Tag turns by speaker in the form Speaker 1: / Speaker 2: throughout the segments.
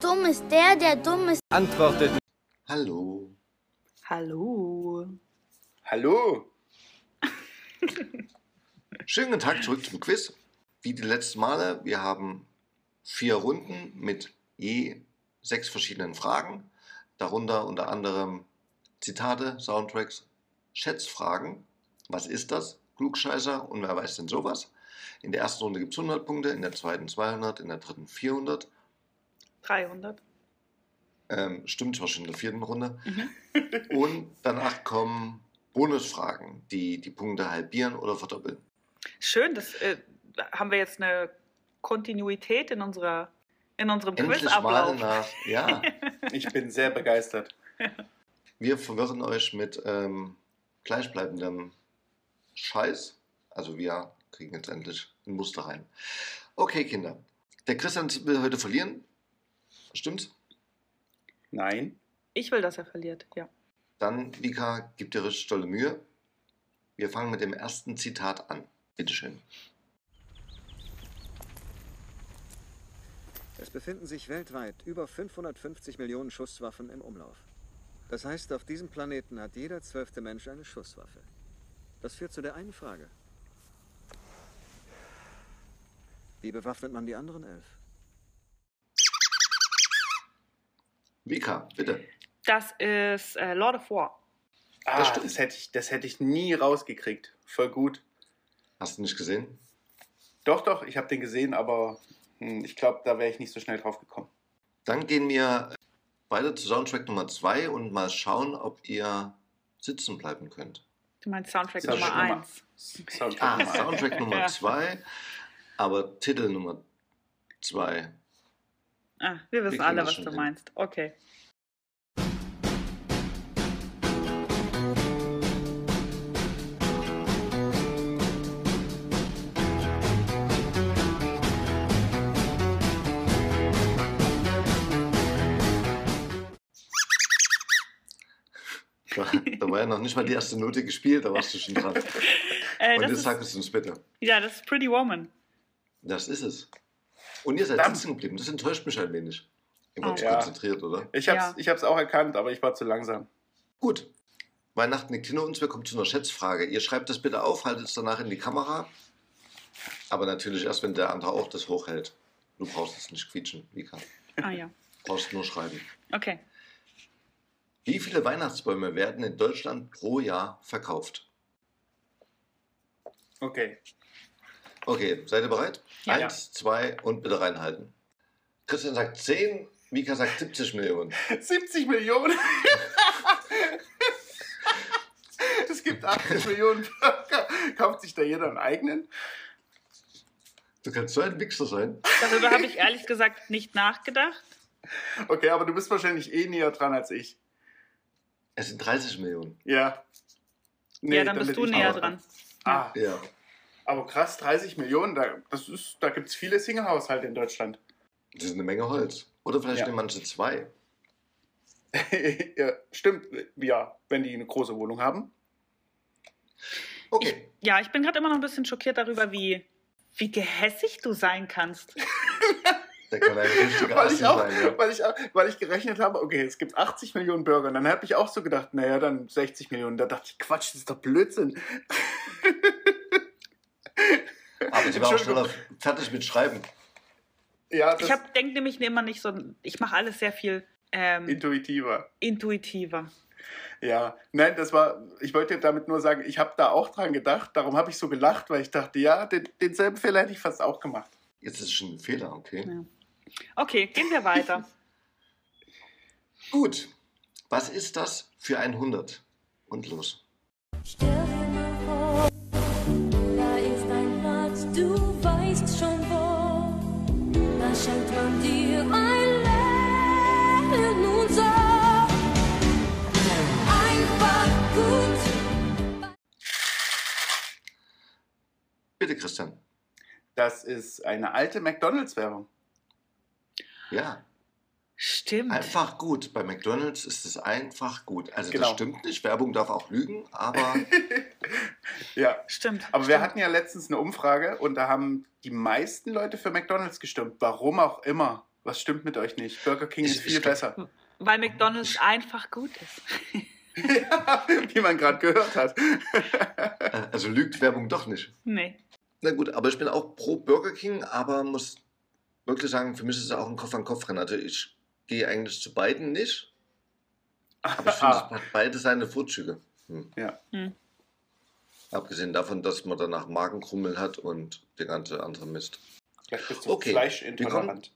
Speaker 1: Dumm ist der, der dumm ist.
Speaker 2: Antwortet.
Speaker 3: Hallo.
Speaker 4: Hallo.
Speaker 2: Hallo.
Speaker 3: Schönen guten Tag zurück zum Quiz. Wie die letzten Male, wir haben vier Runden mit je sechs verschiedenen Fragen. Darunter unter anderem Zitate, Soundtracks, Schätzfragen. Was ist das? Klugscheißer und wer weiß denn sowas? In der ersten Runde gibt es 100 Punkte, in der zweiten 200, in der dritten 400.
Speaker 4: 300.
Speaker 3: Ähm, stimmt zwar schon in der vierten Runde. Und danach kommen Bonusfragen, die die Punkte halbieren oder verdoppeln.
Speaker 4: Schön, das äh, haben wir jetzt eine Kontinuität in unserer in unserem
Speaker 3: Endlich mal
Speaker 4: Quizablauf.
Speaker 3: nach. Ja,
Speaker 2: Ich bin sehr begeistert.
Speaker 3: wir verwirren euch mit ähm, gleichbleibendem Scheiß. Also wir kriegen jetzt endlich ein Muster rein. Okay, Kinder. Der Christian will heute verlieren. Stimmt's?
Speaker 2: Nein.
Speaker 4: Ich will, dass er verliert, ja.
Speaker 3: Dann, Vika, gib dir richtig tolle Mühe. Wir fangen mit dem ersten Zitat an. Bitteschön.
Speaker 5: Es befinden sich weltweit über 550 Millionen Schusswaffen im Umlauf. Das heißt, auf diesem Planeten hat jeder zwölfte Mensch eine Schusswaffe. Das führt zu der einen Frage. Wie bewaffnet man die anderen elf?
Speaker 3: Vika, bitte.
Speaker 4: Das ist äh, Lord of War.
Speaker 2: Ah, das,
Speaker 3: Das stimmt.
Speaker 2: hätte ich, das hätte ich nie rausgekriegt. Voll gut.
Speaker 3: Hast du nicht gesehen?
Speaker 2: Doch, doch, ich habe den gesehen, aber hm, ich glaube, da wäre ich nicht so schnell drauf gekommen.
Speaker 3: Dann gehen wir weiter zu Soundtrack Nummer 2 und mal schauen, ob ihr sitzen bleiben könnt.
Speaker 4: Du meinst Soundtrack
Speaker 2: Soundtrack
Speaker 4: Nummer
Speaker 2: Nummer-
Speaker 4: 1.
Speaker 2: Soundtrack
Speaker 3: Ah,
Speaker 2: Nummer eins.
Speaker 3: Soundtrack Nummer
Speaker 4: Ja.
Speaker 3: 2, aber Titel Nummer 2.
Speaker 4: Ah, wir wissen
Speaker 3: kriegen
Speaker 4: alle,
Speaker 3: das
Speaker 4: was
Speaker 3: schon
Speaker 4: du
Speaker 3: hin.
Speaker 4: meinst. Okay.
Speaker 3: Da, da war ja noch nicht mal die erste Note gespielt, da warst du schon dran.
Speaker 4: Äh,
Speaker 3: Und
Speaker 4: das
Speaker 3: jetzt
Speaker 4: ist,
Speaker 3: sag es uns bitte.
Speaker 4: ja, das ist Pretty Woman.
Speaker 3: Das ist es. Und ihr seid
Speaker 2: Verdammt.
Speaker 3: sitzen geblieben. Das enttäuscht mich ein wenig. Ihr wart
Speaker 4: Oh.
Speaker 3: zu
Speaker 2: Ja.
Speaker 3: konzentriert, oder?
Speaker 2: Ich hab's,
Speaker 4: Ja.
Speaker 2: ich hab's auch erkannt, aber ich war zu langsam.
Speaker 3: Gut. Weihnachten liegt hinter uns. Wir kommen zu einer Schätzfrage. Ihr schreibt das bitte auf, haltet es danach in die Kamera. Aber natürlich erst, wenn der andere auch das hochhält. Du brauchst es nicht quietschen, Vika. Du
Speaker 4: Ah ja.
Speaker 3: brauchst nur schreiben.
Speaker 4: Okay.
Speaker 3: Wie viele Weihnachtsbäume werden in Deutschland pro Jahr verkauft?
Speaker 2: Okay.
Speaker 3: Okay, seid ihr bereit?
Speaker 4: Ja.
Speaker 3: Eins, zwei und bitte reinhalten. Christian sagt 10, Vika sagt 70 Millionen.
Speaker 2: 70 Millionen. es gibt 80 Millionen Bürger. Kauft sich da jeder einen eigenen?
Speaker 3: Du kannst so ein Wichser sein.
Speaker 4: Darüber habe ich ehrlich gesagt nicht nachgedacht.
Speaker 2: Okay, aber du bist wahrscheinlich eh näher dran als ich.
Speaker 3: Es sind 30 Millionen.
Speaker 2: Ja.
Speaker 4: ja, dann bist du
Speaker 2: bin ich
Speaker 4: näher
Speaker 2: auch
Speaker 4: dran.
Speaker 2: Ah,
Speaker 3: Ja.
Speaker 2: aber krass, 30 Millionen, da, das ist- da gibt es viele Single-Haushalte in Deutschland.
Speaker 3: Das ist eine Menge Holz. Oder vielleicht
Speaker 2: Ja.
Speaker 3: nehmen manche zwei.
Speaker 2: ja, stimmt, ja, wenn die eine große Wohnung haben.
Speaker 3: Okay.
Speaker 4: Ja, ich bin gerade immer noch ein bisschen schockiert darüber, wie, wie gehässig du sein kannst.
Speaker 3: Der kann ein richtiger
Speaker 2: Weil
Speaker 3: Assi
Speaker 2: ich, auch,
Speaker 3: sein, ja.
Speaker 2: weil, ich auch, weil ich gerechnet habe, okay, es gibt 80 Millionen Bürger. Und dann habe ich auch so gedacht, naja, dann 60 Millionen. Da dachte ich, Quatsch, das ist doch Blödsinn.
Speaker 3: Aber sie war auch
Speaker 2: Entschuldigung.
Speaker 3: schneller fertig mit Schreiben.
Speaker 2: Ja, das
Speaker 4: Ich denke nämlich immer nicht so, ich mache alles sehr viel ähm,
Speaker 2: intuitiver.
Speaker 4: intuitiver.
Speaker 2: Ja, nein, das war, ich wollte damit nur sagen, ich habe da auch dran gedacht. Darum habe ich so gelacht, weil ich dachte, ja, den, denselben Fehler hätte ich fast auch gemacht.
Speaker 3: Jetzt ist es schon ein Fehler, okay?
Speaker 4: Ja. Okay, gehen wir weiter.
Speaker 3: Gut. Was ist das für ein 100? Und los.
Speaker 6: Stell dir mal vor, da ist ein Platz, du weißt schon wo. Da schenkt man dir ein Lächeln und sagt, einfach gut.
Speaker 3: Bitte, Christian.
Speaker 2: Das ist eine alte McDonalds-Werbung.
Speaker 3: Ja,
Speaker 2: Hm.
Speaker 4: Stimmt.
Speaker 3: einfach gut. Bei McDonalds ist es einfach gut. Also, das
Speaker 2: Genau.
Speaker 3: stimmt nicht. Werbung darf auch lügen, aber
Speaker 2: Ja,
Speaker 4: Stimmt.
Speaker 2: aber wir
Speaker 4: stimmt.
Speaker 2: hatten ja letztens eine Umfrage und da haben die meisten Leute für McDonalds gestimmt. Warum auch immer. Was stimmt mit euch nicht? Burger King
Speaker 3: Ich-
Speaker 2: ist viel
Speaker 3: ich glaub- Hm.
Speaker 2: besser.
Speaker 4: Weil McDonalds einfach gut ist.
Speaker 2: Wie man gerade gehört hat.
Speaker 3: Äh, Also lügt Werbung doch nicht.
Speaker 4: nee.
Speaker 3: Na gut, aber ich bin auch pro Burger King, aber muss wirklich sagen, für mich ist es auch ein Kopf-an-Kopf-Rennen. Also ich gehe eigentlich zu beiden nicht, aber ich finde,
Speaker 2: Ah,
Speaker 3: es hat beide seine Vorzüge. Hm.
Speaker 2: Ja.
Speaker 4: Hm.
Speaker 3: Abgesehen davon, dass man danach Magenkrummeln hat und der ganze andere Mist.
Speaker 2: vielleicht bist du
Speaker 3: Okay,
Speaker 2: fleischintolerant.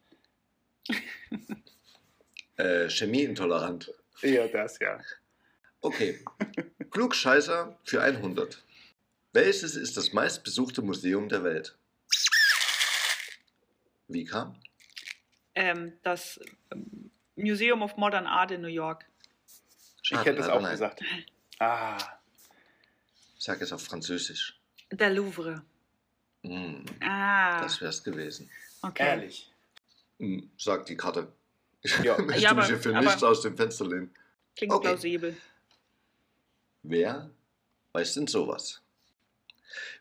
Speaker 3: Äh, Chemieintolerant.
Speaker 2: Eher das, ja.
Speaker 3: Okay. Klugscheißer für 100. Welches ist das meistbesuchte Museum der Welt? Wie kam?
Speaker 4: Ähm, das ähm, Museum of Modern Art in New York.
Speaker 2: Ich hätte es
Speaker 3: leider
Speaker 2: auch
Speaker 3: nein.
Speaker 2: gesagt. Ah,
Speaker 3: Ich sage es auf Französisch.
Speaker 4: Der Louvre.
Speaker 3: Mm,
Speaker 4: Ah,
Speaker 3: Das wär's gewesen.
Speaker 4: okay.
Speaker 2: ehrlich.
Speaker 3: Mm, sagt die Karte. Ich
Speaker 2: Ja.
Speaker 3: möchte
Speaker 4: Ja, aber-
Speaker 3: mich hier für
Speaker 4: aber-
Speaker 3: nichts aus dem Fenster lehnen.
Speaker 4: Klingt
Speaker 3: Okay.
Speaker 4: plausibel.
Speaker 3: Wer weiß denn sowas?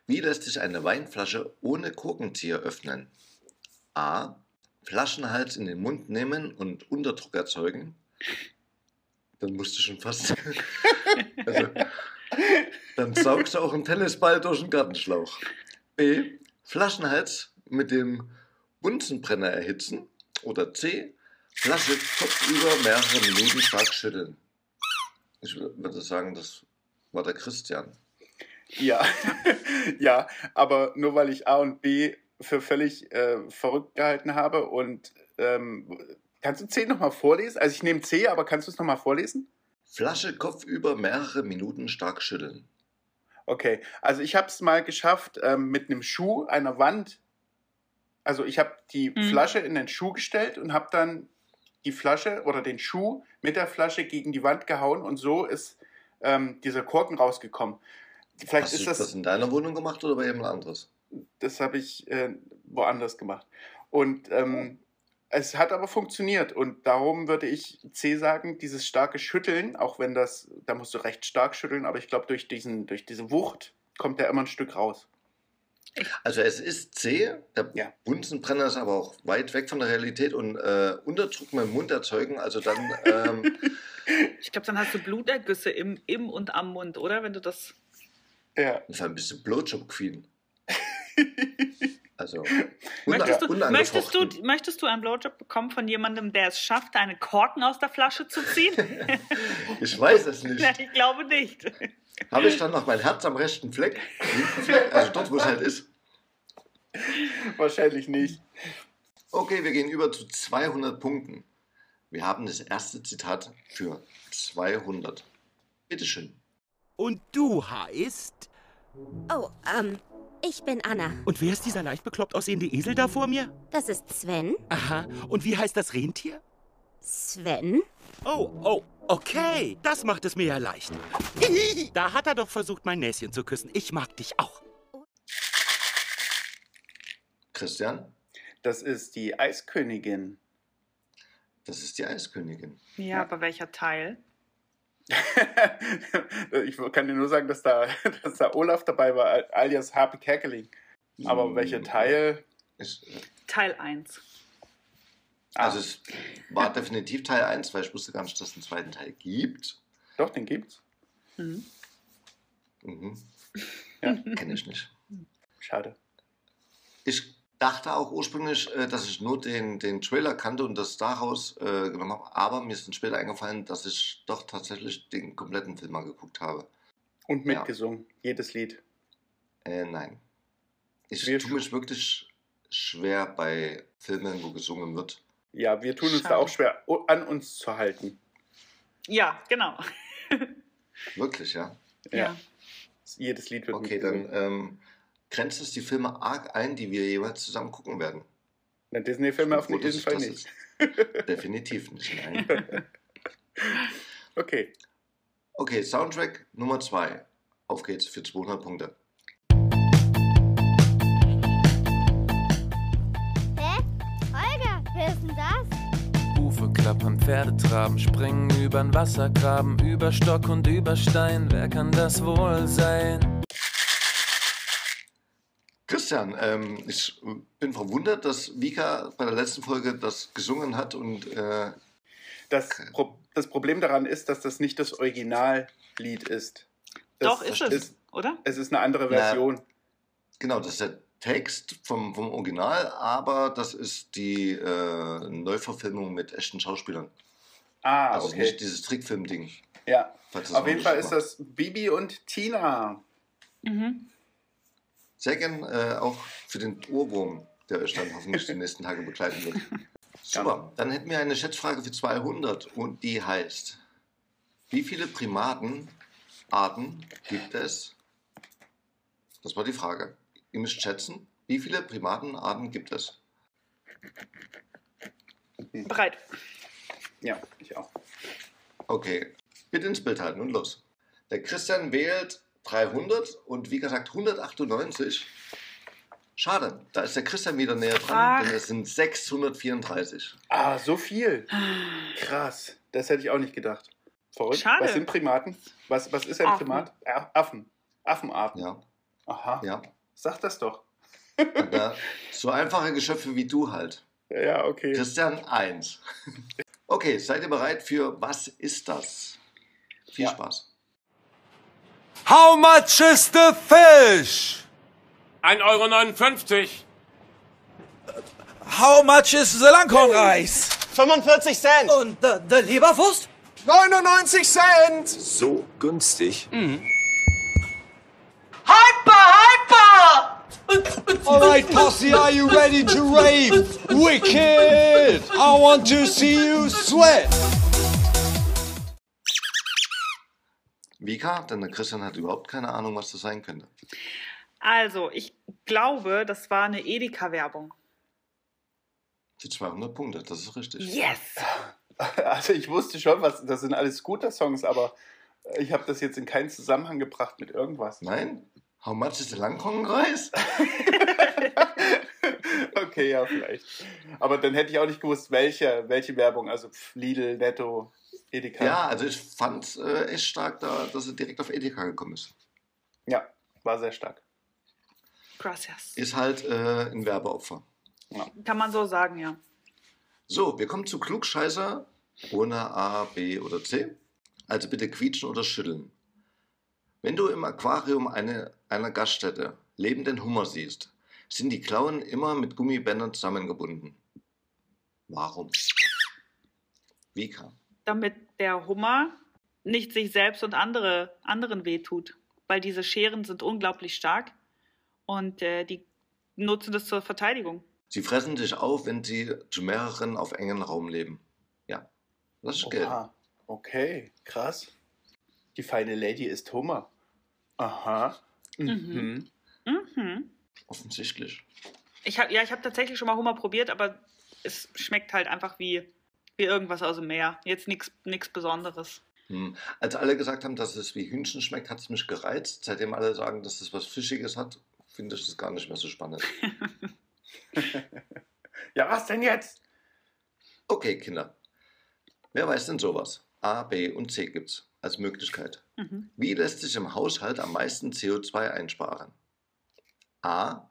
Speaker 3: Wie lässt sich eine Weinflasche ohne Korkenzieher öffnen? A. Flaschenhals in den Mund nehmen und Unterdruck erzeugen. Dann musst du schon fast. also, dann saugst du auch einen Tennisball durch den Gartenschlauch. B. Flaschenhals mit dem Bunsenbrenner erhitzen. Oder C. Flasche kopfüber mehrere Minuten stark schütteln. Ich würde sagen, das war der Christian.
Speaker 2: Ja. ja, aber nur weil ich A und B für völlig äh, verrückt gehalten habe und ähm, kannst du C nochmal vorlesen? Also ich nehme C, aber kannst du es nochmal vorlesen?
Speaker 3: Flasche kopfüber mehrere Minuten stark schütteln.
Speaker 2: Okay, also ich habe es mal geschafft ähm, mit einem Schuh, einer Wand. Also ich habe die
Speaker 4: Mhm.
Speaker 2: Flasche in den Schuh gestellt und habe dann die Flasche oder den Schuh mit der Flasche gegen die Wand gehauen und so ist ähm, dieser Korken rausgekommen. Vielleicht
Speaker 3: Hast du
Speaker 2: ist
Speaker 3: das,
Speaker 2: das,
Speaker 3: in deiner Wohnung gemacht oder bei jemand anderes?
Speaker 2: das habe ich äh, woanders gemacht. Und ähm, es hat aber funktioniert und darum würde ich C sagen, dieses starke Schütteln, auch wenn das, da musst du recht stark schütteln, aber ich glaube, durch, diesen- durch diese Wucht kommt da immer ein Stück raus.
Speaker 3: Also es ist C, der
Speaker 2: Ja.
Speaker 3: Bunsenbrenner ist aber auch weit weg von der Realität und äh, Unterdruck mit dem Mund erzeugen, also dann ähm,
Speaker 4: Ich glaube, dann hast du Blutergüsse im, im und am Mund, oder? Wenn du das.
Speaker 2: Ja.
Speaker 3: vor allem bist du Blowjob-Queen. Also una-
Speaker 4: Möchtest du,
Speaker 3: unangefochten.
Speaker 4: möchtest, du, möchtest du einen Blowjob bekommen von jemandem, der es schafft, einen Korken aus der Flasche zu ziehen?
Speaker 3: Ich weiß es nicht.
Speaker 4: Nein, ich glaube nicht.
Speaker 3: Habe ich dann noch mein Herz am rechten Fleck? Also dort, wo es halt ist.
Speaker 2: Wahrscheinlich nicht.
Speaker 3: Okay, wir gehen über zu 200 Punkten. Wir haben das erste Zitat für 200. Bitteschön.
Speaker 7: Und du heißt?
Speaker 8: Oh, ähm, ich bin Anna.
Speaker 7: Und wer ist dieser leicht bekloppt aussehende Esel da vor mir?
Speaker 8: Das ist Sven.
Speaker 7: Aha. Und wie heißt das Rentier?
Speaker 8: Sven?
Speaker 7: Oh, oh, okay. Das macht es mir ja leicht. Da hat er doch versucht, mein Näschen zu küssen. Ich mag dich auch.
Speaker 3: Christian,
Speaker 2: Das ist die Eiskönigin.
Speaker 3: das ist die Eiskönigin.
Speaker 4: Ja, aber welcher Teil?
Speaker 2: ich kann dir nur sagen, dass da, dass da Olaf dabei war, alias Harpe Kerkeling. Aber
Speaker 3: Hm.
Speaker 2: welcher Teil?
Speaker 3: Ist, äh,
Speaker 4: Teil 1.
Speaker 3: also es war definitiv Teil 1, weil ich wusste gar nicht, dass es einen zweiten Teil gibt.
Speaker 2: Doch, den gibt's.
Speaker 3: Mhm.
Speaker 2: Ja.
Speaker 3: Kenne ich nicht.
Speaker 2: Schade.
Speaker 3: Ich dachte auch ursprünglich, äh, dass ich nur den, den Trailer kannte und das daraus äh, genommen habe. Aber mir ist dann später eingefallen, dass ich doch tatsächlich den kompletten Film mal geguckt habe.
Speaker 2: Und
Speaker 3: Ja.
Speaker 2: mitgesungen, jedes Lied.
Speaker 3: Äh, nein. Ich
Speaker 2: Wir
Speaker 3: tue mich wirklich schwer bei Filmen, wo gesungen wird.
Speaker 2: Ja, wir tun uns da
Speaker 4: Schade.
Speaker 2: auch schwer, o- an uns zu halten.
Speaker 4: Ja, genau.
Speaker 3: Wirklich, ja.
Speaker 2: Ja. Jedes Lied wird
Speaker 3: Okay, dann ähm, grenzt es die Filme arg ein, die wir jeweils zusammen gucken werden.
Speaker 2: Na, Disney-Filme auf
Speaker 3: Gut,
Speaker 2: jeden
Speaker 3: dass
Speaker 2: Fall
Speaker 3: das
Speaker 2: nicht.
Speaker 3: ist. Definitiv nicht, nein.
Speaker 2: Okay.
Speaker 3: Okay, Soundtrack Nummer 2. Auf geht's für 200 Punkte.
Speaker 1: Hä? Holger, wer ist denn das?
Speaker 9: Hufe klappern, Pferde traben, springen übern Wassergraben, über Stock und über Stein, wer kann das wohl sein?
Speaker 3: Christian, ähm, ich bin verwundert, dass Vika bei der letzten Folge das gesungen hat und äh,
Speaker 2: Das, Pro das Problem daran ist, dass das nicht das Originallied ist. Das
Speaker 4: Doch, ist es, oder?
Speaker 2: Es ist eine andere
Speaker 3: Na.
Speaker 2: Version.
Speaker 3: genau, das ist der Text vom, vom Original, aber das ist die äh, Neuverfilmung mit echten Schauspielern.
Speaker 2: Ah,
Speaker 3: also
Speaker 2: okay.
Speaker 3: nicht dieses Trickfilm-Ding.
Speaker 2: ja.
Speaker 3: falls das
Speaker 2: Auf jeden
Speaker 3: noch
Speaker 2: Fall
Speaker 3: nicht
Speaker 2: ist
Speaker 3: war.
Speaker 2: das Bibi und Tina.
Speaker 4: Mhm.
Speaker 3: Sehr gern äh, auch für den Ohrwurm, der euch dann hoffentlich die nächsten Tage begleiten wird. Super, dann hätten wir eine Schätzfrage für 200 und die heißt: Wie viele Primatenarten gibt es? Das war die Frage. Ihr müsst schätzen, wie viele Primatenarten gibt es?
Speaker 4: Bereit.
Speaker 2: Ja, ich auch.
Speaker 3: Okay, bitte ins Bild halten und los. Der Christian wählt 300 und Vika sagt 198. Schade, da ist der Christian wieder näher dran,
Speaker 4: Ach.
Speaker 3: denn es sind 634.
Speaker 2: Ah, so viel. Krass. Das hätte ich auch nicht gedacht. Verrückt.
Speaker 4: Schade.
Speaker 2: Was sind Primaten? Was, was ist ein
Speaker 4: Affen.
Speaker 2: Primat? Ä- Affen. Affenarten.
Speaker 3: Ja,
Speaker 2: Aha.
Speaker 3: ja.
Speaker 2: Sag das doch.
Speaker 3: Da, so einfache Geschöpfe wie du halt.
Speaker 2: Ja, okay.
Speaker 3: Christian 1. Okay, seid ihr bereit für Was ist das? Viel
Speaker 2: Ja.
Speaker 3: Spaß.
Speaker 9: How much is the fish?
Speaker 10: 1,59 Euro.
Speaker 9: How much is the Langkornreis?
Speaker 11: 45 Cent.
Speaker 9: Und the, the Leberwurst?
Speaker 11: 99 Cent.
Speaker 9: So günstig.
Speaker 11: Mhm. Alright, Posse, are you ready to rave? Wicked! I want to see you sweat.
Speaker 3: Vika, denn der Christian hat überhaupt keine Ahnung, was das sein könnte.
Speaker 4: Also, ich glaube, das war eine Edeka-Werbung.
Speaker 3: Für 200 Punkte, das ist richtig.
Speaker 4: Yes!
Speaker 2: Also ich wusste schon, was. Das sind alles Scooter-Songs, aber ich habe das jetzt in keinen Zusammenhang gebracht mit irgendwas.
Speaker 3: Nein? How much is the Langkornreis?
Speaker 2: okay, ja, vielleicht. Aber dann hätte ich auch nicht gewusst, welche, welche Werbung. Also pff, Lidl, Netto, Edeka.
Speaker 3: Ja, also ich fand äh, echt stark, da, dass er direkt auf Edeka gekommen ist.
Speaker 2: Ja, war sehr stark.
Speaker 4: Gracias.
Speaker 3: Ist halt äh, ein Werbeopfer.
Speaker 4: Kann man so sagen, ja.
Speaker 3: So, wir kommen zu Klugscheißer ohne A, B oder C. Also bitte quietschen oder schütteln. Wenn du im Aquarium eine, einer Gaststätte lebenden Hummer siehst, sind die Klauen immer mit Gummibändern zusammengebunden. Warum? Vika.
Speaker 4: Damit der Hummer nicht sich selbst und andere, anderen wehtut. Weil diese Scheren sind unglaublich stark und äh, die nutzen das zur Verteidigung.
Speaker 3: Sie fressen dich auf, wenn sie zu mehreren auf engen Raum leben. Ja. Das ist Geld.
Speaker 2: Oha. Okay, krass. Die feine Lady ist Hummer. Aha. Mhm.
Speaker 4: Mhm.
Speaker 3: Offensichtlich.
Speaker 4: Ich hab, ja, ich habe tatsächlich schon mal Hummer probiert, aber es schmeckt halt einfach wie, wie irgendwas aus dem Meer. Jetzt nichts Besonderes.
Speaker 3: Hm. Als alle gesagt haben, dass es wie Hühnchen schmeckt, hat es mich gereizt. Seitdem alle sagen, dass es was Fischiges hat, finde ich das gar nicht mehr so spannend.
Speaker 2: Ja, was denn jetzt?
Speaker 3: Okay, Kinder. Wer weiß denn sowas? A, B und C gibt's als Möglichkeit.
Speaker 4: Mhm.
Speaker 3: Wie lässt sich im Haushalt am meisten CO2 einsparen? A.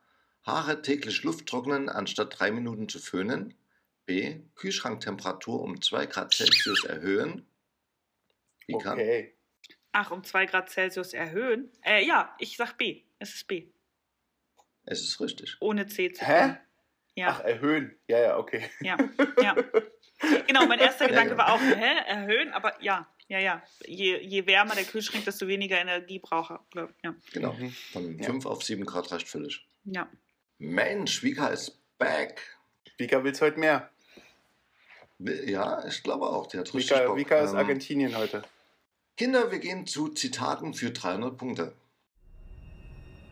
Speaker 3: Haare täglich Luft trocknen, anstatt drei Minuten zu föhnen. B. Kühlschranktemperatur um 2 Grad Celsius erhöhen. Wie kann?
Speaker 2: Okay.
Speaker 4: Ach, um 2 Grad Celsius erhöhen? Äh, ja, ich sag B. Es ist B.
Speaker 3: Es ist richtig.
Speaker 4: Ohne C zu
Speaker 2: Hä?
Speaker 4: können. Ja,
Speaker 2: Ach, erhöhen. Ja, ja, okay.
Speaker 4: ja, ja. Genau, mein erster Gedanke
Speaker 3: genau.
Speaker 4: war auch, hä, erhöhen? Aber ja, ja, ja. Je, je wärmer der Kühlschrank, desto weniger Energie braucht er. glaub ich. Ja,
Speaker 3: Genau. Von 5 auf 7 Grad reicht völlig.
Speaker 4: ja.
Speaker 3: Mensch, Vika ist back.
Speaker 2: Vika will's heute mehr.
Speaker 3: Ja, ich glaube auch, der hat richtig
Speaker 2: Vika,
Speaker 3: Bock.
Speaker 2: Vika ist
Speaker 3: Ähm,
Speaker 2: Argentinien heute.
Speaker 3: Kinder, wir gehen zu Zitaten für 300 Punkte.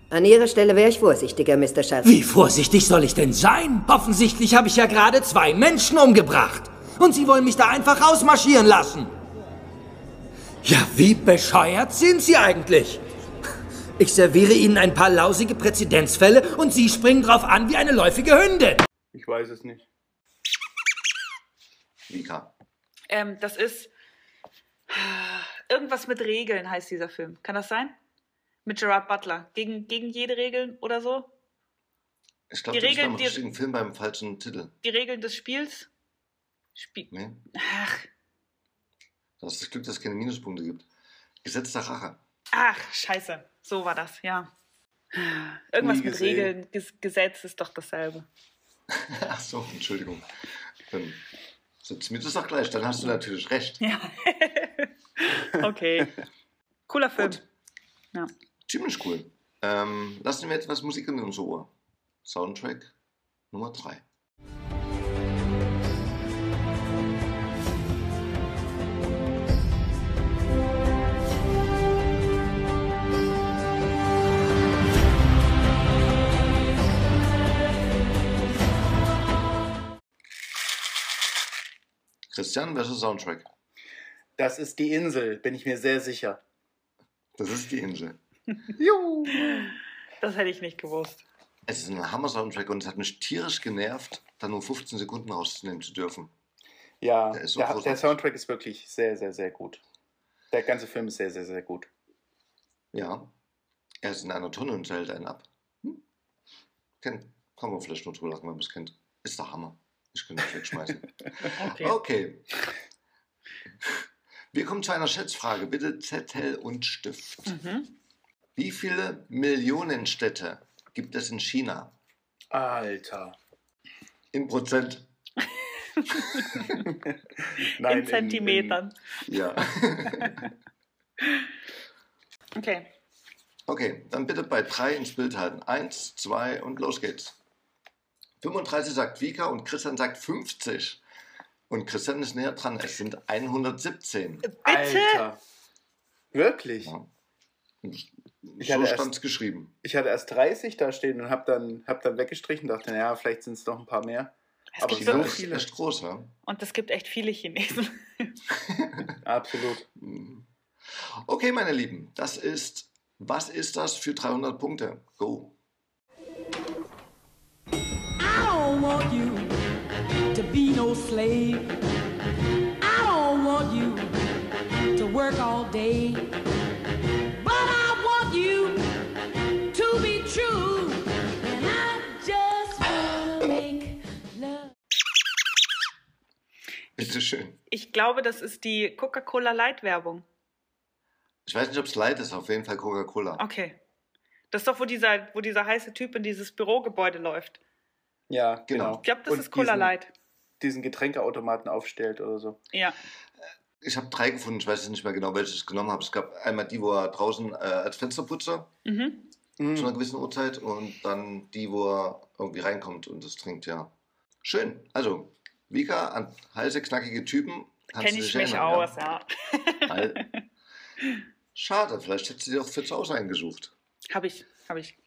Speaker 12: An Ihrer Stelle wäre ich vorsichtiger, Mr. Schatz.
Speaker 13: Wie vorsichtig soll ich denn sein? Offensichtlich habe ich ja gerade zwei Menschen umgebracht. Und Sie wollen mich da einfach rausmarschieren lassen. Ja, wie bescheuert sind Sie eigentlich? Ich serviere Ihnen ein paar lausige Präzedenzfälle und Sie springen drauf an wie eine läufige Hündin.
Speaker 2: Ich weiß es nicht.
Speaker 3: Vika.
Speaker 4: Ähm, das ist irgendwas mit Regeln heißt dieser Film. Kann das sein? Mit Gerard Butler. Gegen, gegen jede Regel oder so?
Speaker 3: Ich glaube,
Speaker 4: Die
Speaker 3: ich war
Speaker 4: Regeln,
Speaker 3: im
Speaker 4: die-
Speaker 3: richtigen Film beim falschen Titel.
Speaker 4: Die Regeln des Spiels? Spiel.
Speaker 3: Nee. Du hast das Glück, dass es keine Minuspunkte gibt. Gesetz der Rache.
Speaker 4: Ach, scheiße. So war das, ja. Irgendwas
Speaker 3: Nie
Speaker 4: mit
Speaker 3: gesehen.
Speaker 4: Regeln, Ges Gesetz ist doch dasselbe.
Speaker 3: Ach so, Entschuldigung. Dann sitzt mir das doch gleich. Dann hast du natürlich recht.
Speaker 4: Okay. Cooler Film. Ja.
Speaker 3: Ziemlich cool. Ähm, lassen wir etwas Musik in unser Ohr. Soundtrack Nummer 3. Christian, welcher Soundtrack?
Speaker 2: Das ist die Insel, bin ich mir sehr sicher.
Speaker 3: Das ist die Insel.
Speaker 2: Juhu.
Speaker 4: Das hätte ich nicht gewusst.
Speaker 3: Es ist ein Hammer-Soundtrack und es hat mich tierisch genervt, da nur 15 Sekunden rausnehmen zu dürfen.
Speaker 2: Ja,
Speaker 3: Der
Speaker 2: der,
Speaker 3: ist so
Speaker 2: der,
Speaker 3: großartig.
Speaker 2: Soundtrack ist wirklich sehr, sehr, sehr gut. Der ganze Film ist sehr, sehr, sehr gut.
Speaker 3: Ja, er ist in einer Tonne und hält einen ab. Hm? Kennt. Kommen wir vielleicht nur drüber lachen, wenn man es kennt. Ist der Hammer. Ich könnte ihn wegschmeißen. okay. Wir kommen zu einer Schätzfrage. Bitte Zettel und Stift. Wie viele Millionen Städte gibt es in China?
Speaker 2: Alter.
Speaker 3: In Prozent.
Speaker 2: Nein,
Speaker 4: in Zentimetern.
Speaker 3: Ja.
Speaker 4: Okay.
Speaker 3: Okay, dann bitte bei drei ins Bild halten. Eins, zwei und los geht's. 35 sagt Vika und Christian sagt 50. Und Christian ist näher dran. Es sind 117.
Speaker 2: Äh,
Speaker 3: Bitte?
Speaker 2: Alter. Wirklich? Ich
Speaker 3: so
Speaker 2: hatte erst-
Speaker 3: stand es geschrieben.
Speaker 2: Ich hatte erst 30 da stehen und habe dann, hab dann weggestrichen, dachte, naja, vielleicht sind es noch ein paar mehr.
Speaker 4: Es
Speaker 2: Aber
Speaker 4: gibt
Speaker 2: so
Speaker 4: wirklich-
Speaker 2: viele.
Speaker 3: Echt groß, ja?
Speaker 4: Und es gibt echt viele Chinesen.
Speaker 2: Absolut.
Speaker 3: Okay, meine Lieben, das ist. Was ist das für 300 Punkte? Go.
Speaker 14: I don't want you to be no slave. I don't want you to work all day. But I want you to be true. And I just wanna make love.
Speaker 3: Bitte schön.
Speaker 4: Ich glaube, das ist die Coca-Cola Light-Werbung.
Speaker 3: Ich weiß nicht, ob es leid ist. Auf jeden Fall Coca-Cola.
Speaker 4: Okay. Das ist doch, wo dieser, wo dieser heiße Typ in dieses Bürogebäude läuft.
Speaker 2: Ja, genau.
Speaker 4: Ich glaube, das ist Cola
Speaker 2: diesen,
Speaker 4: Light.
Speaker 2: Diesen Getränkeautomaten aufstellt oder so.
Speaker 4: Ja.
Speaker 3: Ich habe drei gefunden. Ich weiß jetzt nicht mehr genau, welches ich genommen habe. Es gab einmal die, wo er draußen äh, als Fensterputzer
Speaker 4: Mhm.
Speaker 2: Mm.
Speaker 3: zu einer gewissen Uhrzeit und dann die, wo er irgendwie reinkommt und das trinkt, ja. Schön. Also, Vika an heiße, knackige Typen. kannst
Speaker 4: Kenne
Speaker 3: du
Speaker 4: ich
Speaker 3: dich
Speaker 4: mich
Speaker 3: erinnern,
Speaker 4: aus, ja.
Speaker 3: Ja? Al- Schade, vielleicht hättest du dir auch für zu Hause eingesucht.
Speaker 4: Habe ich, habe ich.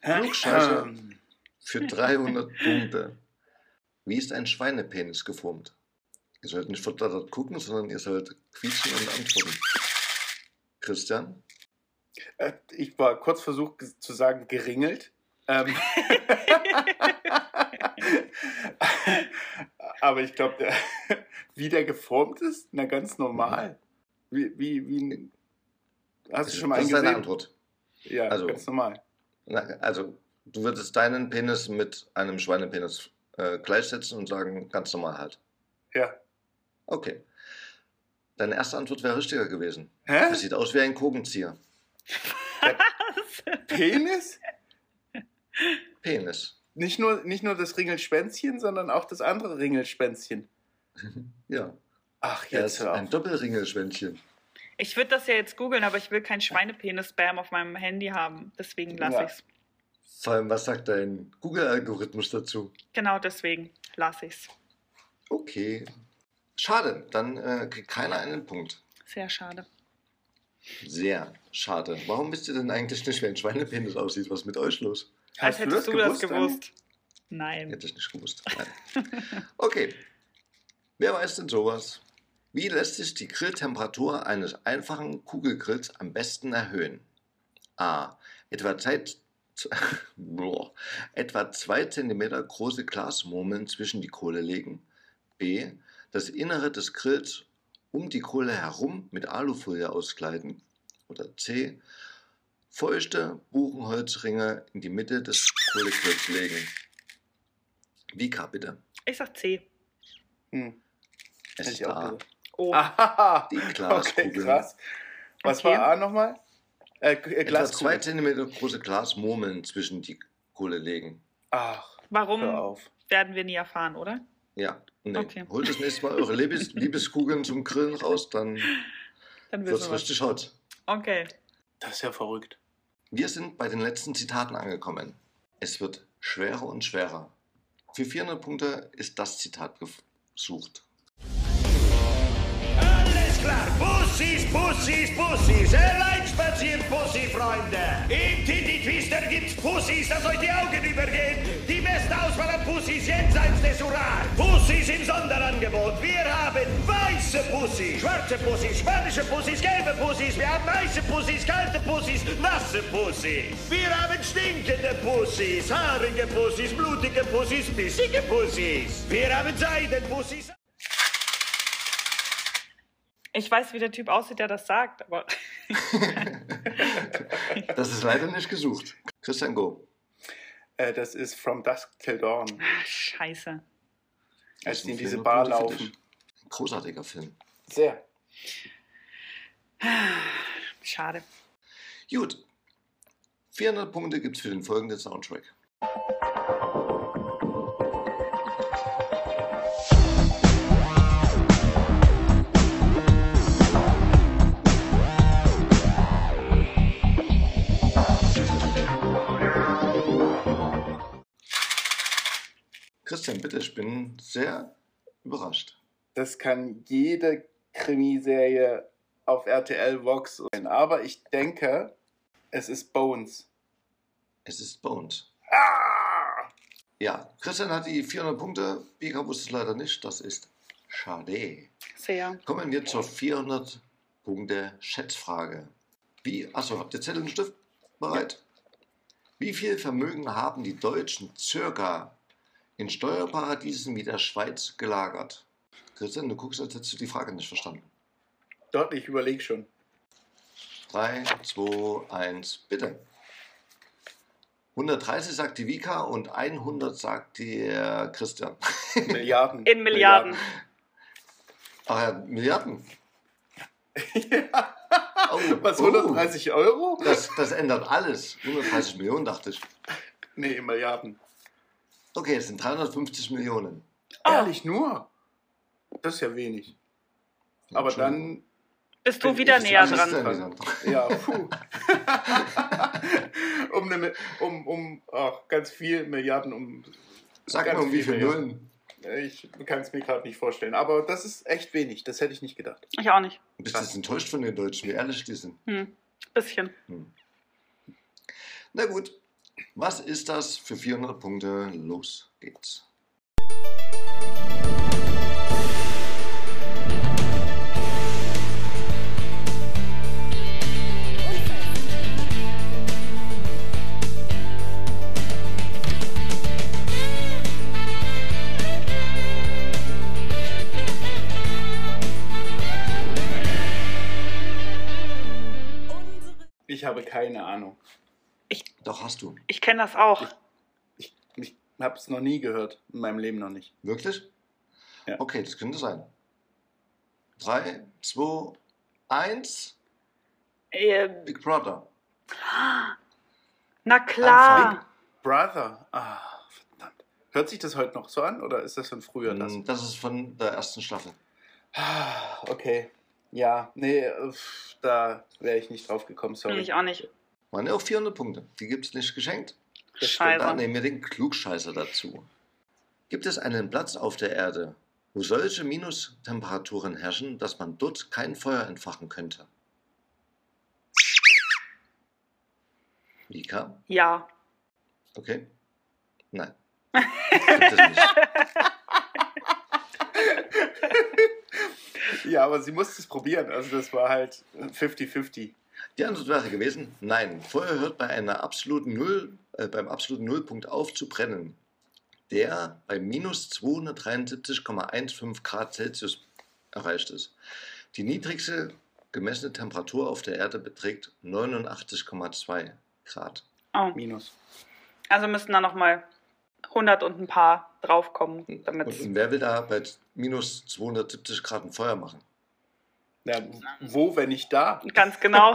Speaker 3: Klugscheiße.
Speaker 2: Ähm.
Speaker 3: Für 300 Punkte. Wie ist ein Schweinepenis geformt? Ihr sollt nicht verdattert gucken, sondern ihr sollt quietschen und antworten. Christian?
Speaker 2: Äh, Ich war kurz versucht ge- zu sagen, geringelt. Ähm. Aber ich glaube, der- wie der geformt ist, na ganz normal. Wie, wie, wie ein- Hast du schon mal
Speaker 3: Mhm.
Speaker 2: einen
Speaker 3: das ist deine
Speaker 2: gesehen?
Speaker 3: Antwort.
Speaker 2: Ja,
Speaker 3: Also-
Speaker 2: ganz normal.
Speaker 3: Na, also, du würdest deinen Penis mit einem Schweinepenis äh, gleichsetzen und sagen, ganz normal halt.
Speaker 2: Ja.
Speaker 3: Okay. Deine erste Antwort wäre richtiger gewesen.
Speaker 2: Hä?
Speaker 3: Das sieht aus wie ein Kogenzieher.
Speaker 2: Penis?
Speaker 3: Penis.
Speaker 2: Nicht nur, nicht nur das Ringelschwänzchen, sondern auch das andere Ringelschwänzchen.
Speaker 3: Ja.
Speaker 2: Ach,
Speaker 3: Er
Speaker 2: jetzt
Speaker 3: ist
Speaker 2: hör auf.
Speaker 3: ein Doppelringelschwänzchen.
Speaker 4: Ich würde das ja jetzt googeln, aber ich will kein Schweinepenis-Spam auf meinem Handy haben. Deswegen lasse
Speaker 3: Ja.
Speaker 4: ich's.
Speaker 3: Vor allem, was sagt dein Google-Algorithmus dazu?
Speaker 4: Genau deswegen lasse ich's.
Speaker 3: Okay. Schade, dann äh, kriegt keiner einen Punkt.
Speaker 4: Sehr schade.
Speaker 3: Sehr schade. Warum wisst ihr denn eigentlich nicht, wie ein Schweinepenis aussieht? Was ist mit euch los?
Speaker 4: Als hättest du das gewusst. Nein.
Speaker 3: Hätte ich nicht gewusst. Nein. Okay. Wer weiß denn sowas? Wie lässt sich die Grilltemperatur eines einfachen Kugelgrills am besten erhöhen? A. Etwa, Zeit, Boah. etwa 2 cm große Glasmurmeln zwischen die Kohle legen. B. Das Innere des Grills um die Kohle herum mit Alufolie auskleiden. Oder C. Feuchte Buchenholzringe in die Mitte des Kohlegrills legen. Vika, bitte.
Speaker 4: Ich sag C.
Speaker 2: Hm,
Speaker 3: Es ist A.
Speaker 4: Oh.
Speaker 3: Ah,
Speaker 2: Aha.
Speaker 3: Die Glaskugel.
Speaker 2: Okay, krass. Was
Speaker 4: Okay.
Speaker 2: war A nochmal? Äh, äh,
Speaker 3: Etwa zwei
Speaker 2: Glaskugel.
Speaker 3: Zentimeter große Glasmurmeln zwischen die Kohle legen.
Speaker 2: Ach,
Speaker 4: Warum
Speaker 3: hör auf.
Speaker 4: werden wir nie erfahren, oder?
Speaker 3: Ja. Nee.
Speaker 4: Okay.
Speaker 3: Holt das nächste Mal eure Liebes Liebeskugeln zum Grillen raus, dann
Speaker 4: Dann
Speaker 3: wird
Speaker 4: wissen
Speaker 3: es
Speaker 4: wir. was.
Speaker 3: richtig hot.
Speaker 4: Okay.
Speaker 2: Das ist ja verrückt.
Speaker 3: Wir sind bei den letzten Zitaten angekommen. Es wird schwerer und schwerer. Für 400 Punkte ist das Zitat gesucht.
Speaker 15: Alles klar, Bussis, Bussis, Bussis, allein spazieren Bussi-Freunde. Im Titty Twister gibt's Bussis, dass euch die Augen übergehen. Die beste Auswahl an Bussis jenseits des Ural. Bussis im Sonderangebot. Wir haben weiße Bussis, schwarze Bussis, spanische Bussis, gelbe Bussis. Wir haben weiße Bussis, kalte Bussis, nasse Bussis. Wir haben stinkende Bussis, haarige Bussis, blutige Bussis, bissige Bussis. Wir haben Seidenbussis.
Speaker 4: Ich weiß, wie der Typ aussieht, der das sagt, aber
Speaker 3: Das ist leider nicht gesucht. Christian Go.
Speaker 2: Äh, das ist From Dusk Till Dawn,
Speaker 4: scheiße.
Speaker 2: als die in
Speaker 3: Film
Speaker 2: diese
Speaker 3: und
Speaker 2: Bar
Speaker 3: Punkte für dich.
Speaker 2: laufen.
Speaker 3: Großartiger Film.
Speaker 2: Sehr.
Speaker 4: Schade.
Speaker 3: Gut. 400 Punkte gibt's für den folgenden Soundtrack. Christian, bitte, ich bin sehr überrascht.
Speaker 2: Das kann jede Krimiserie auf RTL Vox sein. Aber ich denke, es ist Bones.
Speaker 3: Es ist Bones. Ja, Christian hat die 400 Punkte, Bika wusste es leider nicht, das ist schade.
Speaker 4: Sehr.
Speaker 3: Kommen wir zur 400 Punkte Schätzfrage. Wie, achso, habt ihr Zettel und Stift bereit? Wie viel Vermögen haben die Deutschen circa in Steuerparadiesen wie der Schweiz gelagert? Christian, du guckst, als hättest du die Frage nicht verstanden.
Speaker 2: Dort, ich überlege schon.
Speaker 3: 3, 2, 1, bitte. 130 sagt die Vika und 100 sagt der Christian.
Speaker 2: Milliarden.
Speaker 4: In Milliarden.
Speaker 3: Ach ja, Milliarden. Oh,
Speaker 2: Was,
Speaker 3: oh.
Speaker 2: 130 Euro?
Speaker 3: Das, das ändert alles. 130 Millionen, dachte ich.
Speaker 2: Nee, in Milliarden.
Speaker 3: Okay, es sind 350 Millionen.
Speaker 4: Oh, Ah.
Speaker 2: Ehrlich nur? Das ist ja wenig. Aber dann.
Speaker 4: Bist
Speaker 2: bin
Speaker 4: du wieder
Speaker 2: ich
Speaker 4: näher
Speaker 2: das
Speaker 4: dran?
Speaker 2: Christian. Ja, puh. um, eine, Mi- um, um ach, ganz viel Milliarden, um.
Speaker 3: Sag
Speaker 2: ganz
Speaker 3: mal, um wie
Speaker 2: viel
Speaker 3: viele Nullen?
Speaker 2: Milliarden. Ich kann es mir gerade nicht vorstellen. Aber das ist echt wenig. Das hätte ich nicht gedacht.
Speaker 4: Ich auch nicht.
Speaker 3: Bist du jetzt enttäuscht von den Deutschen, wie ehrlich die sind? Hm.
Speaker 4: Hm. Bisschen.
Speaker 3: Na gut, was ist das für 400 Punkte? Los geht's.
Speaker 2: Ich habe keine Ahnung.
Speaker 3: Doch hast du.
Speaker 4: Ich kenne das auch.
Speaker 2: Ich habe es noch nie gehört. In meinem Leben noch nicht.
Speaker 3: Wirklich?
Speaker 2: Ja.
Speaker 3: Okay, das könnte sein. 3, 2, 1.
Speaker 4: Ähm,
Speaker 3: Big Brother.
Speaker 4: Na klar.
Speaker 2: Big Brother. Ah, verdammt. Hört sich das heute noch so an oder ist das von früher das?
Speaker 3: Hm, Das ist von der ersten Staffel.
Speaker 2: Ah, Okay. Ja, nee, pff, da wäre ich nicht drauf gekommen, sorry.
Speaker 4: Ich auch nicht.
Speaker 3: Waren ja auch 400 Punkte. Die gibt es nicht geschenkt.
Speaker 4: Scheiße.
Speaker 3: Da nehmen wir den Klugscheißer dazu. Gibt es einen Platz auf der Erde, wo solche Minustemperaturen herrschen, dass man dort kein Feuer entfachen könnte? Mika?
Speaker 4: Ja.
Speaker 3: Okay. Nein. Gibt es nicht.
Speaker 2: Ja, aber sie musste es probieren. Also das war halt 50-50.
Speaker 3: Die Antwort wäre gewesen, nein, Feuer hört bei einer absoluten Null, äh, beim absoluten Nullpunkt auf zu brennen, der bei minus 273,15 Grad Celsius erreicht ist. Die niedrigste gemessene Temperatur auf der Erde beträgt 89,2 Grad.
Speaker 4: Oh.
Speaker 2: Minus.
Speaker 4: Also müssen da nochmal 100 und ein paar draufkommen. Damit
Speaker 3: Und wer will da bei minus 270 Grad ein Feuer machen?
Speaker 2: Ja, wo, wenn nicht da?
Speaker 4: Ganz genau.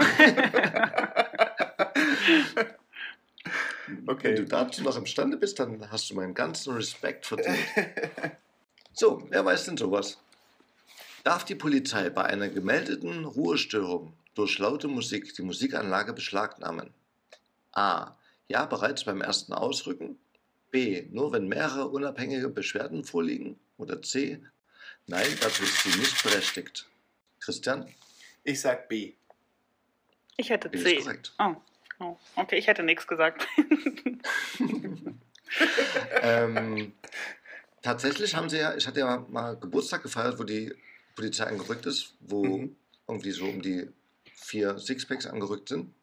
Speaker 2: Okay.
Speaker 3: Wenn du dazu noch imstande bist, dann hast du meinen ganzen Respekt verdient. so, wer weiß denn sowas? Darf die Polizei bei einer gemeldeten Ruhestörung durch laute Musik die Musikanlage beschlagnahmen? A. Ja, bereits beim ersten Ausrücken. B. Nur wenn mehrere unabhängige Beschwerden vorliegen. Oder C. Nein, dazu ist sie nicht berechtigt. Christian?
Speaker 2: Ich sag B.
Speaker 4: Ich hätte
Speaker 3: Bin
Speaker 4: C.
Speaker 3: ich korrekt?
Speaker 4: Oh. Oh. Okay, ich hätte nichts gesagt.
Speaker 3: ähm, tatsächlich haben sie ja, ich hatte ja mal Geburtstag gefeiert, wo die Polizei angerückt ist, wo irgendwie so um die vier Sixpacks angerückt sind.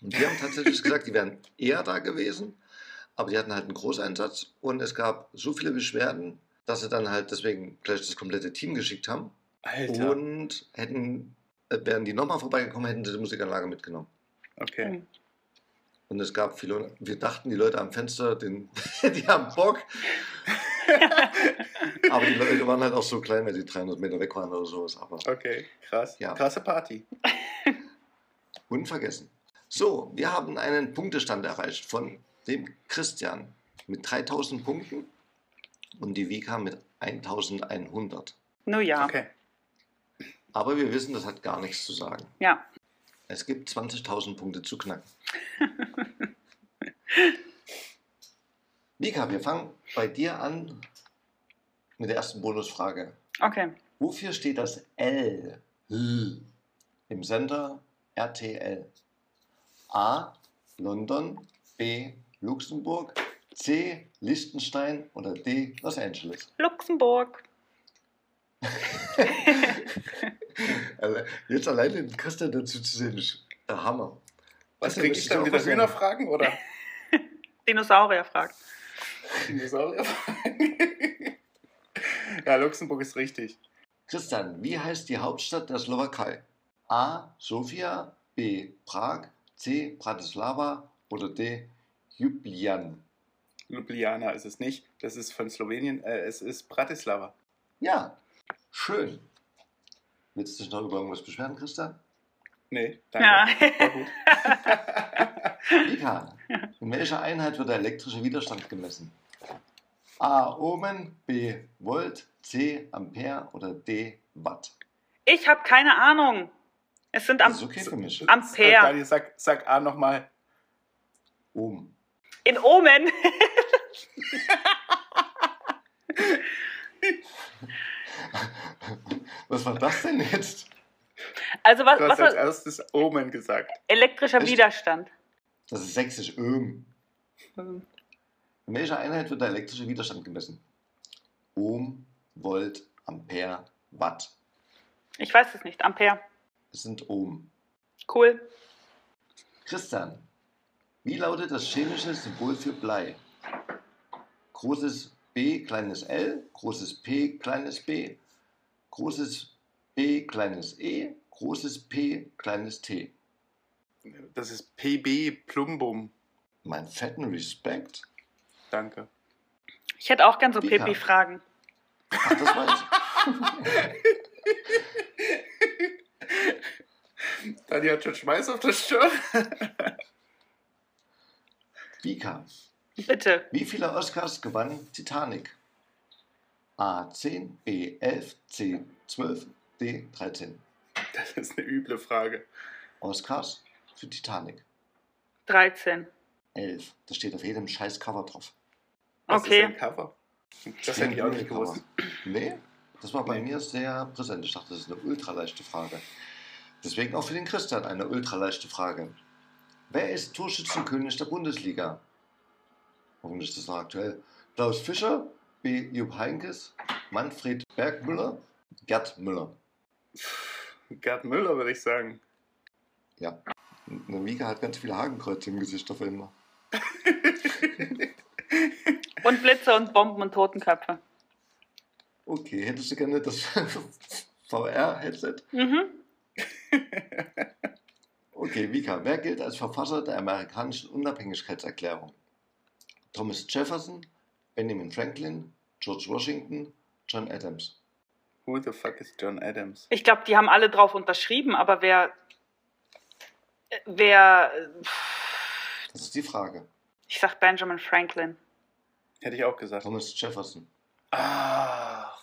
Speaker 3: Und die haben tatsächlich gesagt, die wären eher da gewesen, aber die hatten halt einen Großeinsatz und es gab so viele Beschwerden, dass sie dann halt deswegen gleich das komplette Team geschickt haben.
Speaker 2: Alter.
Speaker 3: Und hätten, äh, wären die nochmal vorbeigekommen, hätten sie die Musikanlage mitgenommen.
Speaker 2: Okay.
Speaker 3: Und es gab viele, wir dachten, die Leute am Fenster, den, die haben Bock. Aber die Leute waren halt auch so klein, wenn sie 300 Meter weg waren oder sowas. Aber
Speaker 2: Okay, krass.
Speaker 3: Ja.
Speaker 2: Krasse Party.
Speaker 3: unvergessen. So, wir haben einen Punktestand erreicht von dem Christian mit 3000 Punkten und die Vika mit 1100.
Speaker 4: Nur ja.
Speaker 3: Aber wir wissen, das hat gar nichts zu sagen.
Speaker 4: Ja.
Speaker 3: Es gibt 20.000 Punkte zu knacken. Mika, wir fangen bei dir an mit der ersten Bonusfrage.
Speaker 4: Okay.
Speaker 3: Wofür steht das L im Sender RTL? A. London, B. Luxemburg, C. Liechtenstein oder D. Los Angeles?
Speaker 4: Luxemburg.
Speaker 3: Alle- Also, Jetzt alleine den Christian dazu zu sehen, ist der Hammer.
Speaker 2: Was
Speaker 3: Christian,
Speaker 2: krieg
Speaker 3: möchtest
Speaker 2: ich
Speaker 3: du
Speaker 2: dann
Speaker 3: auch
Speaker 2: wieder
Speaker 3: was sagen?
Speaker 2: Hühnerfragen oder?
Speaker 4: Dinosaurier fragt.
Speaker 2: Dinosaurierfragen? ja, Luxemburg ist richtig.
Speaker 3: Christian, wie heißt die Hauptstadt der Slowakei? A. Sofia, B. Prag, C. Bratislava oder D. Jubian.
Speaker 2: Ljubljana ist es nicht. Das ist von Slowenien. Äh, es ist Bratislava.
Speaker 3: Ja, schön. Willst du dich noch über irgendwas beschweren, Christian?
Speaker 2: Nee,
Speaker 4: Ja.
Speaker 2: danke. War gut.
Speaker 3: Mika, in welcher Einheit wird der elektrische Widerstand gemessen? A. Ohmen, B. Volt, C. Ampere oder D. Watt.
Speaker 4: Ich habe keine Ahnung. Es sind am
Speaker 3: Das ist okay für mich.
Speaker 4: Ampere.
Speaker 2: Äh, Daniel, sag, sag A nochmal.
Speaker 3: Ohm.
Speaker 4: in Omen.
Speaker 3: Was war das denn jetzt?
Speaker 4: Also was,
Speaker 2: Du hast als
Speaker 4: was
Speaker 2: erstes Omen gesagt.
Speaker 4: elektrischer
Speaker 3: Echt?
Speaker 4: Widerstand.
Speaker 3: Das ist sächsisch. Öhm.
Speaker 4: Ähm,
Speaker 3: In welcher Einheit wird der elektrische Widerstand gemessen? Ohm, Volt, Ampere, Watt.
Speaker 4: Ich weiß es nicht. Ampere.
Speaker 3: Es sind Ohm.
Speaker 4: Cool.
Speaker 3: Christian, wie lautet das chemische Symbol für Blei? Großes B, kleines L, großes P, kleines B, großes B, kleines E, großes P, kleines T.
Speaker 2: Das ist PB Plumbum.
Speaker 3: Mein fetten Respekt.
Speaker 2: Danke.
Speaker 4: Ich hätte auch gern so
Speaker 3: Mika.
Speaker 4: Pipi-Fragen.
Speaker 3: Ach, das war's.
Speaker 2: Dani hat schon Schmeiß auf der Stirn.
Speaker 3: Vika,
Speaker 4: Bitte.
Speaker 3: wie viele Oscars gewann Titanic? A10, B11, C12, D13.
Speaker 2: Das ist eine üble Frage.
Speaker 3: Oscars für Titanic.
Speaker 4: 13.
Speaker 3: 11. Das steht auf jedem scheiß Cover drauf.
Speaker 2: Was
Speaker 4: Okay.
Speaker 2: ist ein Cover? Das hätte ich auch nicht
Speaker 3: Cover.
Speaker 2: gewusst.
Speaker 3: Nee, das war bei mir sehr präsent. Ich dachte, das ist eine ultraleichte Frage. Deswegen auch für den Christian eine ultraleichte Frage. Wer ist Torschützenkönig der Bundesliga? Warum ist das noch aktuell? Klaus Fischer, B. Jupp Heinkes, Manfred Bergmüller, Gerd Müller.
Speaker 2: Gerd Müller würde ich sagen.
Speaker 3: Ja, eine Mika hat ganz viele Hakenkreuze im Gesicht auf einmal.
Speaker 4: Und Blitze und Bomben und Totenköpfe.
Speaker 3: Okay, hättest du gerne das VR-Headset?
Speaker 4: Mhm.
Speaker 3: Okay, Mika, wer gilt als Verfasser der amerikanischen Unabhängigkeitserklärung? Thomas Jefferson, Benjamin Franklin, George Washington, John Adams.
Speaker 2: Who the fuck is John Adams?
Speaker 4: Ich glaube, die haben alle drauf unterschrieben, aber wer. Wer.
Speaker 3: Das ist die Frage.
Speaker 4: Ich sag Benjamin Franklin.
Speaker 2: Hätte ich auch gesagt.
Speaker 3: Thomas Jefferson.
Speaker 2: Ach.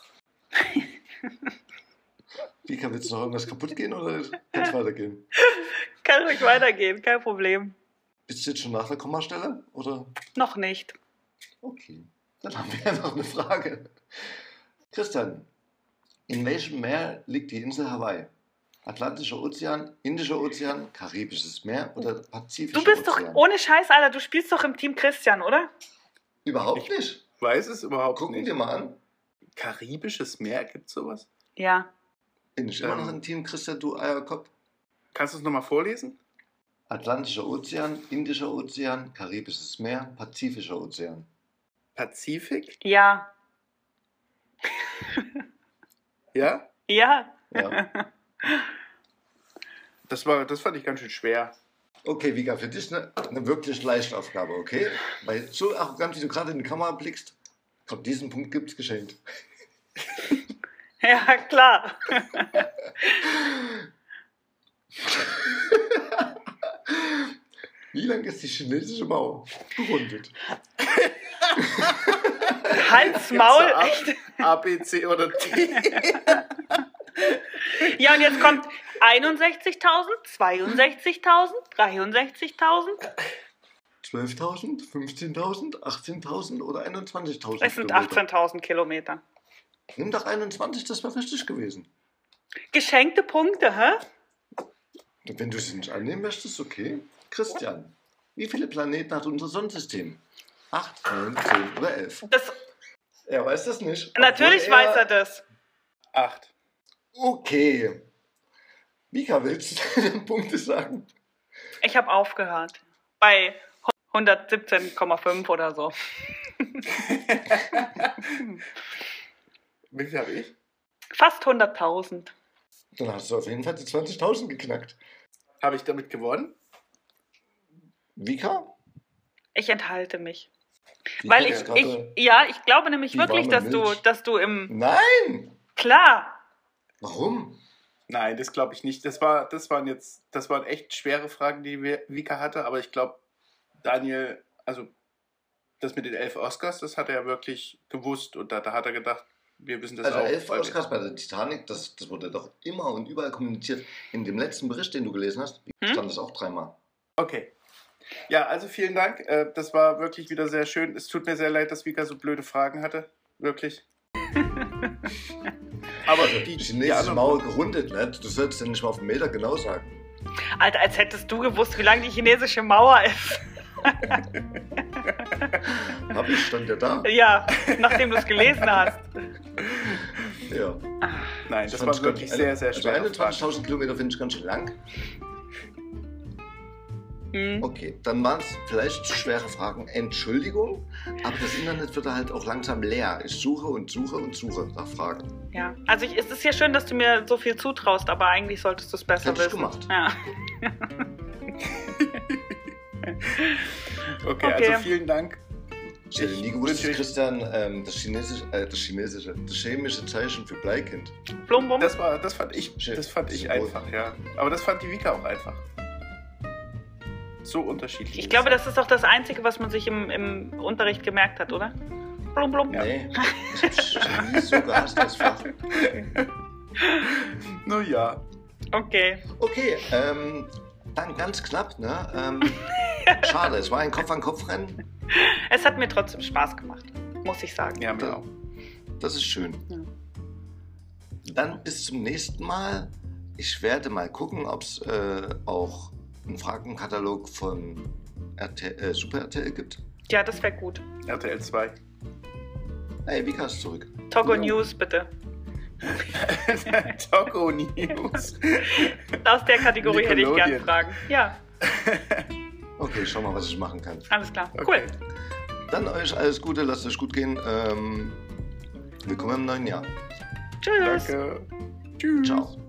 Speaker 3: Wie kann jetzt noch irgendwas kaputt gehen oder kann es weitergehen?
Speaker 4: Kann ruhig weitergehen, kein Problem.
Speaker 3: Bist du jetzt schon nach der Kommastelle? Oder?
Speaker 4: Noch nicht.
Speaker 3: Okay. Dann haben wir ja noch eine Frage. Christian, in welchem Meer liegt die Insel Hawaii? Atlantischer Ozean, Indischer Ozean, Karibisches Meer oder Pazifischer
Speaker 4: Du bist doch
Speaker 3: Ozean?
Speaker 4: ohne Scheiß, Alter, du spielst doch im Team Christian, oder?
Speaker 3: Überhaupt nicht.
Speaker 2: Weiß es überhaupt
Speaker 3: Gucken
Speaker 2: nicht.
Speaker 3: wir mal an.
Speaker 2: Karibisches Meer, gibt's sowas?
Speaker 4: Ja.
Speaker 3: Bin ich immer noch im Team Christian, du Eierkopf.
Speaker 2: Kannst du es nochmal vorlesen?
Speaker 3: Atlantischer Ozean, Indischer Ozean, Karibisches Meer, Pazifischer Ozean.
Speaker 2: Pazifik?
Speaker 4: Ja.
Speaker 2: Ja?
Speaker 4: Ja.
Speaker 3: Ja.
Speaker 2: Das, war, das fand ich ganz schön schwer.
Speaker 3: Okay, Vika, für dich eine, eine wirklich leichte Aufgabe, okay? Weil so arrogant, wie du gerade in die Kamera blickst, komm, diesen Punkt gibt's geschenkt.
Speaker 4: Ja, klar.
Speaker 3: Wie lang ist die chinesische Mauer? Gerundet.
Speaker 4: Hals, Maul,
Speaker 2: A,
Speaker 4: echt.
Speaker 2: A, B, C oder D.
Speaker 4: Ja, und jetzt kommt 61.000, 62.000, 63.000.
Speaker 3: 12.000, 15.000, 18.000 oder 21.000?
Speaker 4: Es sind
Speaker 3: Kilometer?
Speaker 4: 18.000 Kilometer.
Speaker 3: Nimm doch 21, das wäre richtig gewesen.
Speaker 4: Geschenkte Punkte, hä?
Speaker 3: Wenn du es nicht annehmen möchtest, okay. Christian, wie viele Planeten hat unser Sonnensystem? 8, 9, 10 oder 11?
Speaker 4: Das,
Speaker 3: Er weiß das nicht.
Speaker 4: natürlich
Speaker 3: Obwohl
Speaker 4: weiß er das.
Speaker 2: Acht.
Speaker 3: Okay. Mika, willst du deine Punkte sagen?
Speaker 4: Ich habe aufgehört. Bei 117,5 oder so.
Speaker 2: Wie viel habe ich?
Speaker 4: Fast 100.000.
Speaker 3: Dann hast du auf jeden Fall die 20.000 geknackt.
Speaker 2: Habe ich damit gewonnen?
Speaker 3: Vika?
Speaker 4: Ich enthalte mich.
Speaker 3: Die hat
Speaker 4: Weil
Speaker 3: ja
Speaker 4: ich, ich,
Speaker 3: gerade
Speaker 4: ja, ich glaube nämlich
Speaker 3: die
Speaker 4: wirklich, dass
Speaker 3: warme
Speaker 4: du,
Speaker 3: Milch.
Speaker 4: dass du im.
Speaker 3: Nein!
Speaker 4: Klar,
Speaker 3: Warum?
Speaker 2: Nein, das glaube ich nicht. Das, war, das waren jetzt, das waren echt schwere Fragen, die wir- Vika hatte, aber ich glaube, Daniel, also das mit den elf Oscars, das hat er wirklich gewusst und da, da hat er gedacht, wir wissen das
Speaker 3: Also
Speaker 2: auch.
Speaker 3: 11
Speaker 2: weil-
Speaker 3: Oscars bei der Titanic, das, das wurde doch immer und überall kommuniziert. In dem letzten Bericht, den du gelesen hast,
Speaker 4: Hm?
Speaker 3: stand das auch dreimal.
Speaker 2: Okay. Ja, also vielen Dank. Äh, Das war wirklich wieder sehr schön. Es tut mir sehr leid, dass Vika so blöde Fragen hatte. Wirklich. Aber die, die
Speaker 3: Chinesische
Speaker 2: anderen-
Speaker 3: Mauer gerundet, ne? Du sollst ja nicht mal auf den Meter genau sagen.
Speaker 4: Alter, als hättest du gewusst, wie lang die chinesische Mauer ist.
Speaker 3: Hab ich, stand ja da.
Speaker 4: Ja, nachdem du es gelesen hast.
Speaker 3: Ja.
Speaker 2: Nein,
Speaker 3: Ich
Speaker 2: das
Speaker 3: fand's
Speaker 2: war wirklich
Speaker 3: ganz-
Speaker 2: sehr, sehr
Speaker 3: also
Speaker 2: schwer.
Speaker 3: 21.000 Kilometer finde ich ganz schön lang.
Speaker 4: Hm.
Speaker 3: Okay, dann waren es vielleicht schwere Fragen. Entschuldigung, aber das Internet wird halt auch langsam leer. Ich suche und suche und suche nach Fragen.
Speaker 4: Ja, also ich, es ist ja schön, dass du mir so viel zutraust, aber eigentlich solltest du es besser
Speaker 3: Hätte ich
Speaker 4: wissen.
Speaker 3: gemacht.
Speaker 4: Ja.
Speaker 2: Okay,
Speaker 4: Okay.
Speaker 2: also vielen Dank.
Speaker 3: Ich hätte nie gewusst, dass Christian ähm, das, chinesische, äh, das chinesische, das chemische Zeichen für Blei kennt.
Speaker 4: Plumbum.
Speaker 2: Das war, das fand ich,
Speaker 3: Shit.
Speaker 2: das fand ich
Speaker 3: Symbol.
Speaker 2: einfach, ja. Aber das fand die Vika auch einfach. So unterschiedlich.
Speaker 4: Ich
Speaker 2: ist
Speaker 4: glaube,
Speaker 2: es.
Speaker 4: das ist auch das Einzige, was man sich im, im Unterricht gemerkt hat, oder? Blum, blum.
Speaker 3: Nee, ich hab's schon nie so gehasst, das Fach.
Speaker 2: Nur ja.
Speaker 4: Okay.
Speaker 3: Okay, ähm, dann ganz knapp, ne? Ähm, schade, es war ein Kopf-an-Kopf-Rennen.
Speaker 4: Es hat mir trotzdem Spaß gemacht, muss ich sagen.
Speaker 2: Ja, mir auch.
Speaker 3: Das ist schön. Dann bis zum nächsten Mal. Ich werde mal gucken, ob es äh, auch einen Fragenkatalog von RTL, äh, Super RTL gibt.
Speaker 4: Ja, das wäre gut.
Speaker 2: RTL 2.
Speaker 3: Hey, Vika ist zurück.
Speaker 4: Togo
Speaker 3: Ja.
Speaker 4: News, bitte.
Speaker 2: Toko News.
Speaker 4: Aus der Kategorie hätte ich gerne
Speaker 3: Nickelodeon.
Speaker 4: Fragen. Ja,
Speaker 3: Okay, schau mal, was ich machen kann.
Speaker 4: alles klar.
Speaker 2: Okay.
Speaker 4: Cool.
Speaker 3: Dann euch alles Gute, lasst euch gut gehen. Ähm, willkommen im neuen Jahr.
Speaker 4: Tschüss.
Speaker 2: Danke.
Speaker 3: Ciao.